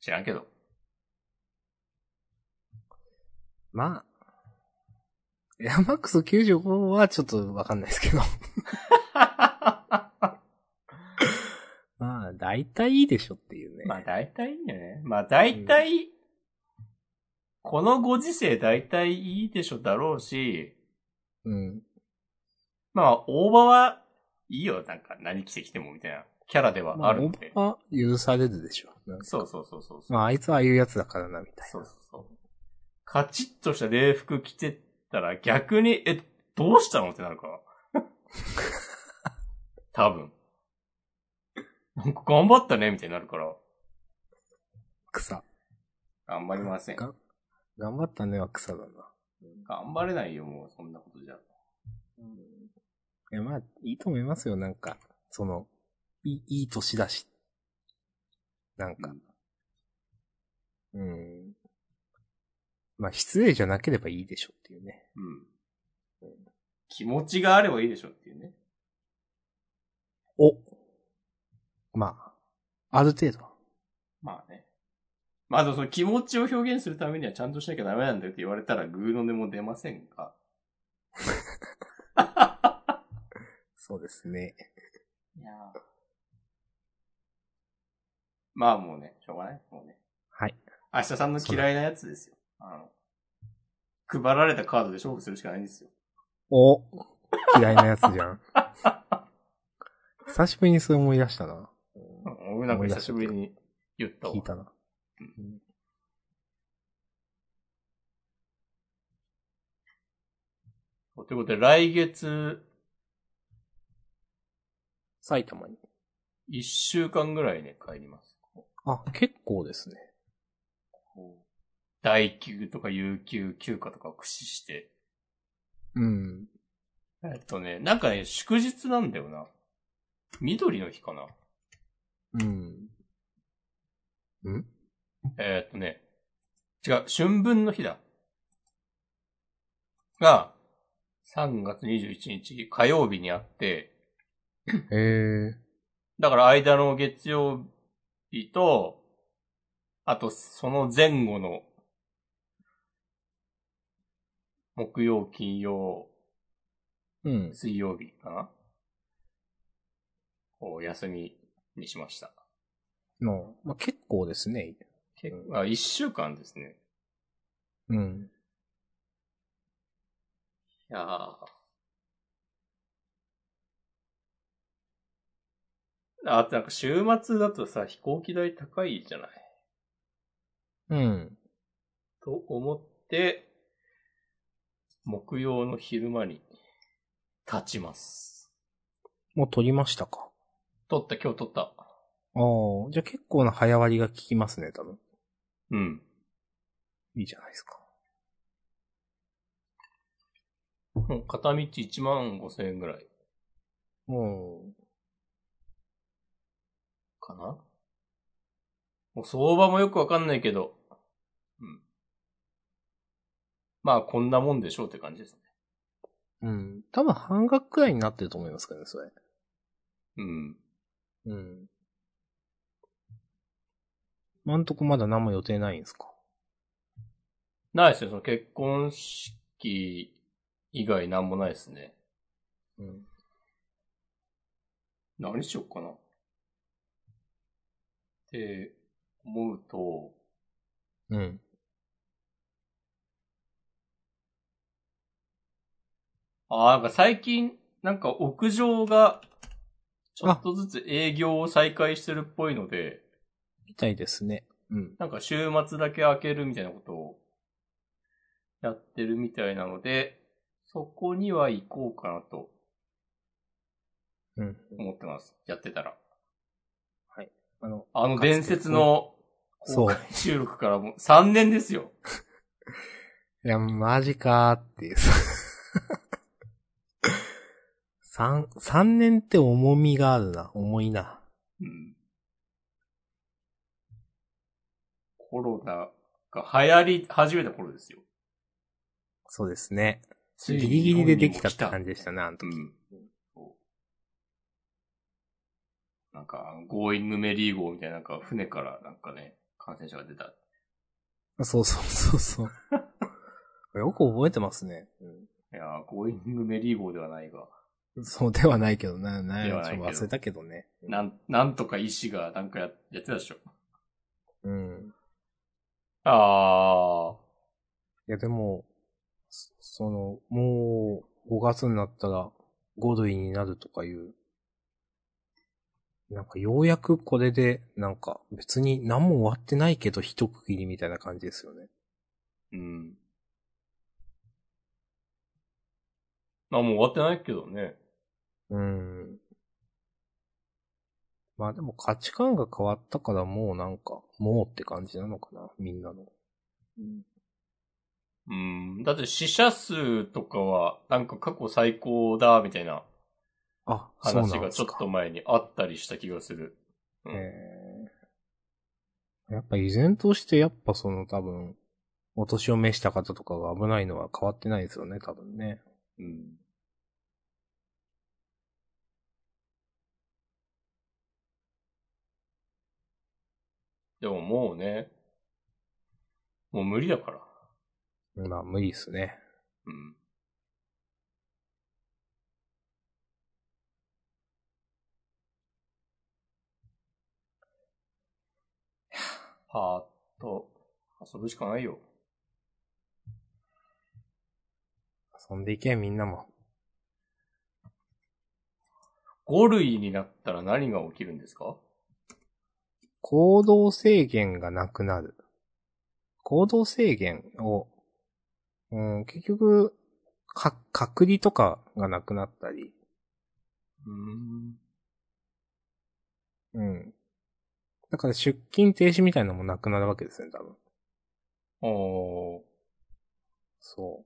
[SPEAKER 1] 知らんけ
[SPEAKER 2] [LAUGHS]
[SPEAKER 1] ど。
[SPEAKER 2] まあ。エアマックス95はちょっとわかんないですけど。まあ、大体いいでしょっていうね。
[SPEAKER 1] まあ大体いいよね。まあ大体、このご時世大体いいでしょだろうし、
[SPEAKER 2] うん。
[SPEAKER 1] まあ、大場はいいよ、なんか何着てきてもみたいなキャラではあるんで。
[SPEAKER 2] まあ、大場は許されるでしょ。なんか
[SPEAKER 1] そうそうそうそうそう。
[SPEAKER 2] まあ、あいつはああいうやつだからな、みたい
[SPEAKER 1] そう
[SPEAKER 2] な。
[SPEAKER 1] そうそう。カチッとした礼服着てったら逆に、え、どうしたのってなるから。 [LAUGHS] 多分。なんか頑張ったねみたいになるから。
[SPEAKER 2] 草。
[SPEAKER 1] 頑張りません。
[SPEAKER 2] が頑張ったねは草だな。
[SPEAKER 1] 頑張れないよ、もう、そんなことじゃ。
[SPEAKER 2] いや、まあ、いいと思いますよ、なんか。その、いい、いい年だし。なんか。うん。まあ、失礼じゃなければいいでしょっていうね。
[SPEAKER 1] うん。気持ちがあればいいでしょっていうね。
[SPEAKER 2] おまあ、ある程度。
[SPEAKER 1] まあね。まあ、でもその気持ちを表現するためにはちゃんとしなきゃダメなんだよって言われたらグーの音も出ませんか
[SPEAKER 2] そうですね。
[SPEAKER 1] いやーまあもうね、しょうがない。もうね。
[SPEAKER 2] はい。
[SPEAKER 1] 明日さんの嫌いなやつですよ。あの、配られたカードで勝負するしかないんですよ。
[SPEAKER 2] お嫌いなやつじゃん。久しぶりにそれ思い出したな。
[SPEAKER 1] 俺なんか久しぶりに言ったわ
[SPEAKER 2] 聞い。たな。
[SPEAKER 1] ということで、来月、
[SPEAKER 2] 埼玉に。
[SPEAKER 1] 1週間ぐらいね、帰ります。
[SPEAKER 2] あ、結構ですね。
[SPEAKER 1] こう大休とか有給休暇とかを駆使して。
[SPEAKER 2] うん。
[SPEAKER 1] えっとね、なんかね、祝日なんだよな。緑の日かな。
[SPEAKER 2] うん。ん
[SPEAKER 1] えーっとね、違う、春分の日だ。が、3月21日火曜日にあって、
[SPEAKER 2] へえ。
[SPEAKER 1] だから間の月曜日と、あとその前後の、木曜、金曜、
[SPEAKER 2] うん。
[SPEAKER 1] 水曜日かなお休みにしました。
[SPEAKER 2] の、まあ、結構ですね。
[SPEAKER 1] 結構、あ、一週間ですね。
[SPEAKER 2] うん。
[SPEAKER 1] いやーあとなんか週末だとさ、飛行機代高いじゃない
[SPEAKER 2] うん。
[SPEAKER 1] と思って、木曜の昼間に立ちます。
[SPEAKER 2] もう取りましたか。
[SPEAKER 1] 撮った、今日撮った。
[SPEAKER 2] ああ、じゃあ結構な早割りが効きますね、多分。
[SPEAKER 1] うん。
[SPEAKER 2] いいじゃないですか。
[SPEAKER 1] もう片道1万5千円ぐらい
[SPEAKER 2] うん。
[SPEAKER 1] かなもう相場もよくわかんないけど、うん。まあこんなもんでしょうって感じですね。
[SPEAKER 2] うん。多分半額くらいになってると思いますけどね、それ。
[SPEAKER 1] うん。
[SPEAKER 2] うん。今んとこまだ何も予定ないんですか。
[SPEAKER 1] ないですね。その結婚式以外なんもないですね。
[SPEAKER 2] うん。
[SPEAKER 1] 何しよっかな。って思うと、
[SPEAKER 2] うん。
[SPEAKER 1] ああ、なんか最近、なんか屋上が、ちょっとずつ営業を再開してるっぽいので、
[SPEAKER 2] みたいですね。うん。
[SPEAKER 1] なんか週末だけ開けるみたいなことをやってるみたいなので、そこには行こうかなと
[SPEAKER 2] うん。
[SPEAKER 1] 思ってます。やってたら。
[SPEAKER 2] あの、
[SPEAKER 1] あの伝説の公開収録からもう3年ですよ。
[SPEAKER 2] いや、マジかーっていう。 [LAUGHS] 三、三年って重みがあるな。重いな。
[SPEAKER 1] うんコロナが流行り始めた頃ですよ。
[SPEAKER 2] そうですね。
[SPEAKER 1] つ
[SPEAKER 2] ギ
[SPEAKER 1] いに
[SPEAKER 2] リギリでできたっ
[SPEAKER 1] 日
[SPEAKER 2] て
[SPEAKER 1] 本に
[SPEAKER 2] 感
[SPEAKER 1] も
[SPEAKER 2] じでしたね、あの
[SPEAKER 1] 来た。う
[SPEAKER 2] 時。
[SPEAKER 1] ん。そうなんか、ゴーイングメリー号みたいな、なんか船からなんかね、感染者が出た。
[SPEAKER 2] そうそうそ
[SPEAKER 1] [LAUGHS]
[SPEAKER 2] うそう。よく覚えてますね。
[SPEAKER 1] いやー、ゴーイングメリー号ではないが、
[SPEAKER 2] そうではないけどな、な
[SPEAKER 1] ではないけど
[SPEAKER 2] 忘れたけどね。
[SPEAKER 1] なん、なんとか医師がなんかややってたでしょ。
[SPEAKER 2] うん。
[SPEAKER 1] あー、
[SPEAKER 2] いや、でも、そその、もう、5月になったら、5類になるとかいう。なんか、ようやくこれで、なんか、別に何も終わってないけど、一区切りみたいな感じですよね。
[SPEAKER 1] うん。まあもう終わってないけどね。
[SPEAKER 2] うん。まあでも価値観が変わったからもうなんか、もうって感じなのかな、みんなの。
[SPEAKER 1] うん。だって死者数とかは、なんか過去最高だ、みたいな
[SPEAKER 2] あ、そうな
[SPEAKER 1] 話
[SPEAKER 2] ん
[SPEAKER 1] が
[SPEAKER 2] で
[SPEAKER 1] ちょ
[SPEAKER 2] す
[SPEAKER 1] っ
[SPEAKER 2] か。
[SPEAKER 1] と前にあったりした気がする。うん
[SPEAKER 2] えーやっぱ依然としてやっぱその多分、お年を召した方とかが危ないのは変わってないですよね、多分ね。
[SPEAKER 1] うん。でももうね、もう無理だから。
[SPEAKER 2] まあ無理ですね。
[SPEAKER 1] うん。パーッと遊ぶしかないよ。
[SPEAKER 2] 遊んでいけ、みんなも。
[SPEAKER 1] 5類になったら何が起きるんですか
[SPEAKER 2] 行動制限がなくなる。行動制限を、うん、結局、か、隔離とかがなくなったり、
[SPEAKER 1] うーん。
[SPEAKER 2] うん。だから出勤停止みたいなのもなくなるわけですね、多分。
[SPEAKER 1] おー。
[SPEAKER 2] そ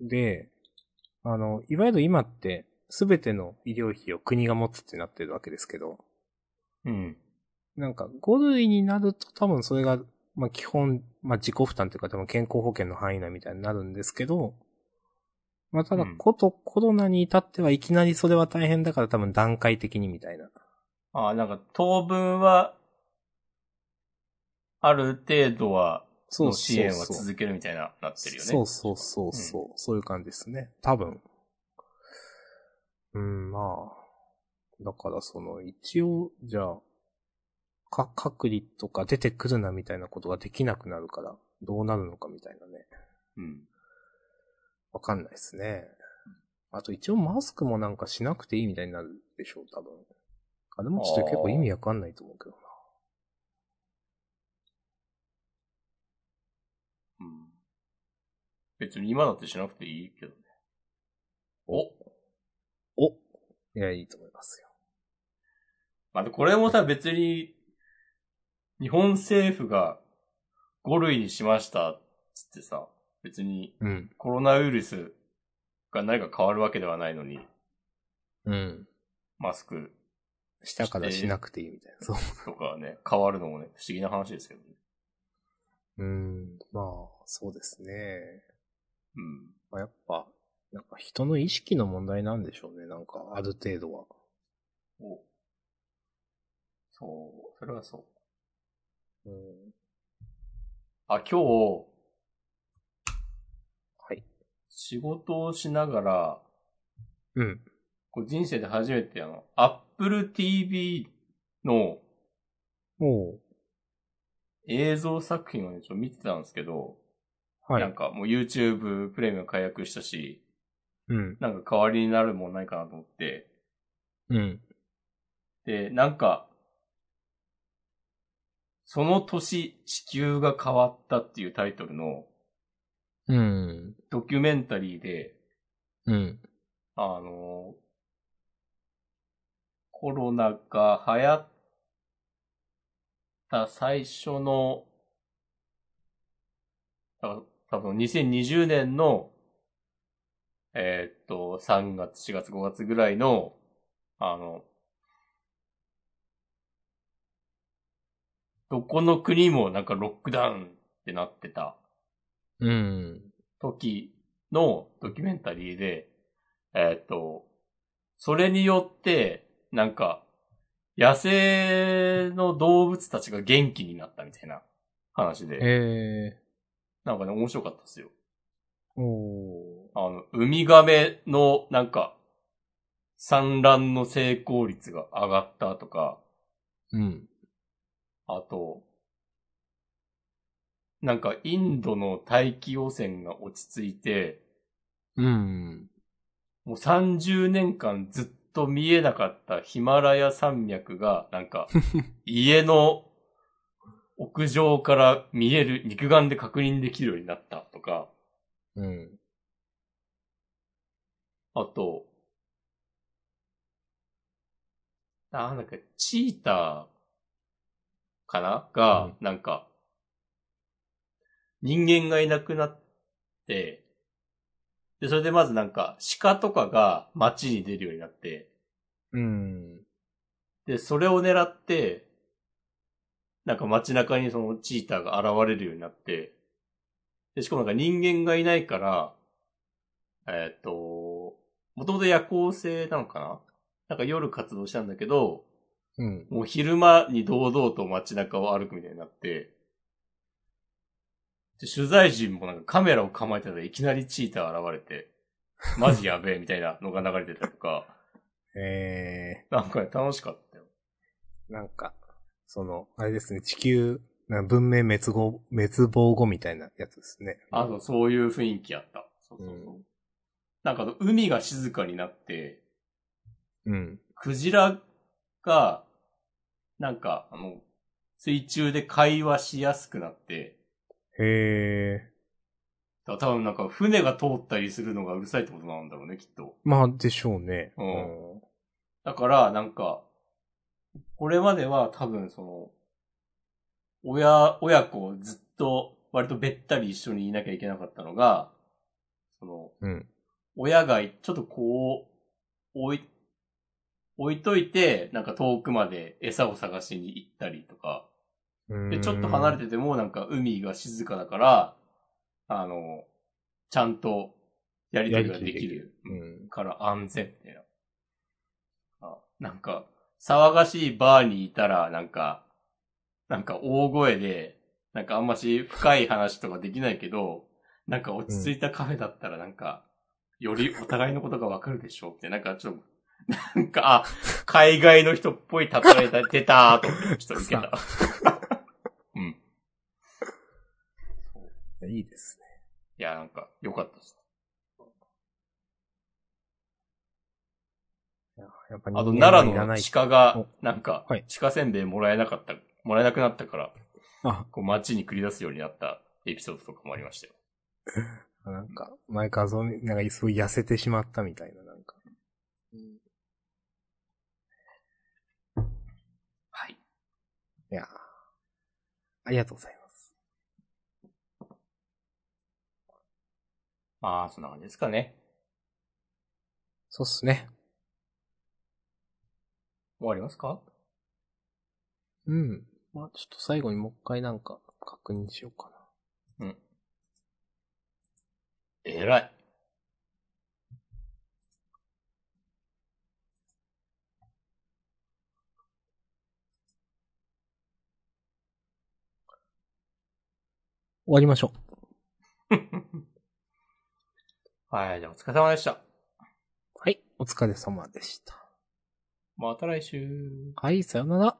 [SPEAKER 2] う。で、あの、いわゆる今って、すべての医療費を国が持つってなってるわけですけど、
[SPEAKER 1] うん。
[SPEAKER 2] なんか5類になると多分それが、まあ基本、まあ自己負担というか多分健康保険の範囲内みたいになるんですけど、まあただ
[SPEAKER 1] うん
[SPEAKER 2] ことコロナに至ってはいきなりそれは大変だから多分段階的にみたいな。
[SPEAKER 1] ああ、なんか当分は、ある程度は、
[SPEAKER 2] そ
[SPEAKER 1] の
[SPEAKER 2] うそう
[SPEAKER 1] 支
[SPEAKER 2] そう
[SPEAKER 1] 援は続けるみたいな、なってるよね。
[SPEAKER 2] そうそうそうそう、そういう感じですね。多分。うん、まあ。だからその、一応、じゃあ、か、隔離とか出てくるなみたいなことができなくなるから、どうなるのかみたいなね。
[SPEAKER 1] うん。
[SPEAKER 2] わかんないですね。あと一応マスクもなんかしなくていいみたいになるでしょう、多分。あれもちょっと結構意味わかんないと思うけどな。
[SPEAKER 1] うん。別に今だってしなくていいけどね。お
[SPEAKER 2] おいや、いいと思いますよ。
[SPEAKER 1] まあ、これもさ、別に、日本政府が5類にしました、つってさ、別に
[SPEAKER 2] うん。
[SPEAKER 1] コロナウイルスが何か変わるわけではないのに、
[SPEAKER 2] うん。
[SPEAKER 1] マスク
[SPEAKER 2] したからしなくていいみたいな。そう。
[SPEAKER 1] とかね、変わるのもね、不思議な話ですけどね。
[SPEAKER 2] うーん、まあ、そうですね。
[SPEAKER 1] うん。
[SPEAKER 2] まあ、やっぱ、なんか人の意識の問題なんでしょうね、なんか、ある程度は。
[SPEAKER 1] おそう、それはそう。
[SPEAKER 2] うん。
[SPEAKER 1] あ、今日、
[SPEAKER 2] はい。
[SPEAKER 1] 仕事をしながら、
[SPEAKER 2] うん。
[SPEAKER 1] こう人生で初めてあの、Apple TV の
[SPEAKER 2] おう
[SPEAKER 1] 映像作品をね、ちょっと見てたんですけど、
[SPEAKER 2] は
[SPEAKER 1] なん
[SPEAKER 2] い。
[SPEAKER 1] かもう YouTube プレミアム解約したし、
[SPEAKER 2] うん。
[SPEAKER 1] なんか代わりになるもんないかなと思って、
[SPEAKER 2] うん。
[SPEAKER 1] で、なんか、その年、地球が変わったっていうタイトルの
[SPEAKER 2] うん。
[SPEAKER 1] ドキュメンタリーで、
[SPEAKER 2] うん。
[SPEAKER 1] あの、コロナが流行った最初の、あ多分2020年の、えーっと、3月、4月、5月ぐらいの、あの、どこの国もなんかロックダウンってなってた
[SPEAKER 2] うん。
[SPEAKER 1] 時のドキュメンタリーで、えーっと、それによって、なんか、野生の動物たちが元気になったみたいな話で、
[SPEAKER 2] え
[SPEAKER 1] なんかね、面白かったですよ。
[SPEAKER 2] ー。お
[SPEAKER 1] あの、ウミガメの、なんか、産卵の成功率が上がったとか、
[SPEAKER 2] うん。
[SPEAKER 1] あと、なんかインドの大気汚染が落ち着いて、
[SPEAKER 2] うん。
[SPEAKER 1] もう30年間ずっと見えなかったヒマラヤ山脈が、なん
[SPEAKER 2] [LAUGHS]
[SPEAKER 1] か、家の屋上から見える、肉眼で確認できるようになったとか、
[SPEAKER 2] うん。
[SPEAKER 1] あと、なんだっけ、チーターかな
[SPEAKER 2] う
[SPEAKER 1] が
[SPEAKER 2] ん、
[SPEAKER 1] なんか、人間がいなくなって、で、それでまずなんか、鹿とかが街に出るようになって、
[SPEAKER 2] うん。
[SPEAKER 1] で、それを狙って、なんか街中にそのチーターが現れるようになって、で、しかもなんか人間がいないから、えーっ、と、もともと夜行性なのかななんか夜活動したんだけど、
[SPEAKER 2] うん。
[SPEAKER 1] もう昼間に堂々と街中を歩くみたいになって、で取材陣もなんかカメラを構えてたらいきなりチーター現れて、マジやべえみたいなのが流れてたとか、
[SPEAKER 2] え
[SPEAKER 1] なんかね楽しかったよ。
[SPEAKER 2] ー、なんか、その、あれですね、地球、なんか文明滅亡、滅亡後みたいなやつですね。
[SPEAKER 1] あと、そういう雰囲気あった。そうそうそう。なんかあの、海が静かになって、
[SPEAKER 2] うん。
[SPEAKER 1] クジラが、なんか、あの、水中で会話しやすくなって、
[SPEAKER 2] へえ。
[SPEAKER 1] だ多分なんか船が通ったりするのがうるさいってことなんだろうね、きっと。
[SPEAKER 2] まあ、でしょうね。
[SPEAKER 1] うんだから、なんか、これまでは多分その、親、親子をずっと割とべったり一緒にいなきゃいけなかったのが、その、
[SPEAKER 2] うん。
[SPEAKER 1] 親がちょっとこう、置い、置いといて、なんか遠くまで餌を探しに行ったりとか、
[SPEAKER 2] うん。
[SPEAKER 1] で、ちょっと離れててもなんか海が静かだから、あの、ちゃんとやり取りができる
[SPEAKER 2] うん。
[SPEAKER 1] から安全みたいな。あなんか、騒がしいバーにいたら、なんか、なんか大声で、なんかあんまし深い話とかできないけど、なんか落ち着いたカフェだったらなんか、よりお互いのことがわかるでしょうって、なんかちょっと、なんか、あ、海外の人っぽい例えが出たーと思って、ちょっと受けた。うん。
[SPEAKER 2] いいですね。
[SPEAKER 1] いや、なんか、良かったです。
[SPEAKER 2] やっぱ人
[SPEAKER 1] あと、
[SPEAKER 2] 間
[SPEAKER 1] 奈
[SPEAKER 2] はいら
[SPEAKER 1] 良
[SPEAKER 2] な
[SPEAKER 1] の
[SPEAKER 2] い。
[SPEAKER 1] 鹿が、なんか
[SPEAKER 2] はい、
[SPEAKER 1] 鹿せんべいもらえなかった、もらえなくなったから、
[SPEAKER 2] あ、
[SPEAKER 1] こう街に繰り出すようになったエピソードとかもありましたよ。
[SPEAKER 2] なんか、前画像に、なんか、すごい痩せてしまったみたいな、なんか。
[SPEAKER 1] はい。
[SPEAKER 2] いやーありがとうございます。
[SPEAKER 1] まあ、そんな感じですかね。
[SPEAKER 2] そうっすね。
[SPEAKER 1] 終わりますか
[SPEAKER 2] うん。まあ、ちょっと最後にもう一回なんか、確認しようかな。
[SPEAKER 1] えらい。
[SPEAKER 2] 終わりましょ
[SPEAKER 1] はい、じゃあお疲れ様でした。
[SPEAKER 2] う。はい。お疲れ様でした。
[SPEAKER 1] また来週。
[SPEAKER 2] はい、さよなら。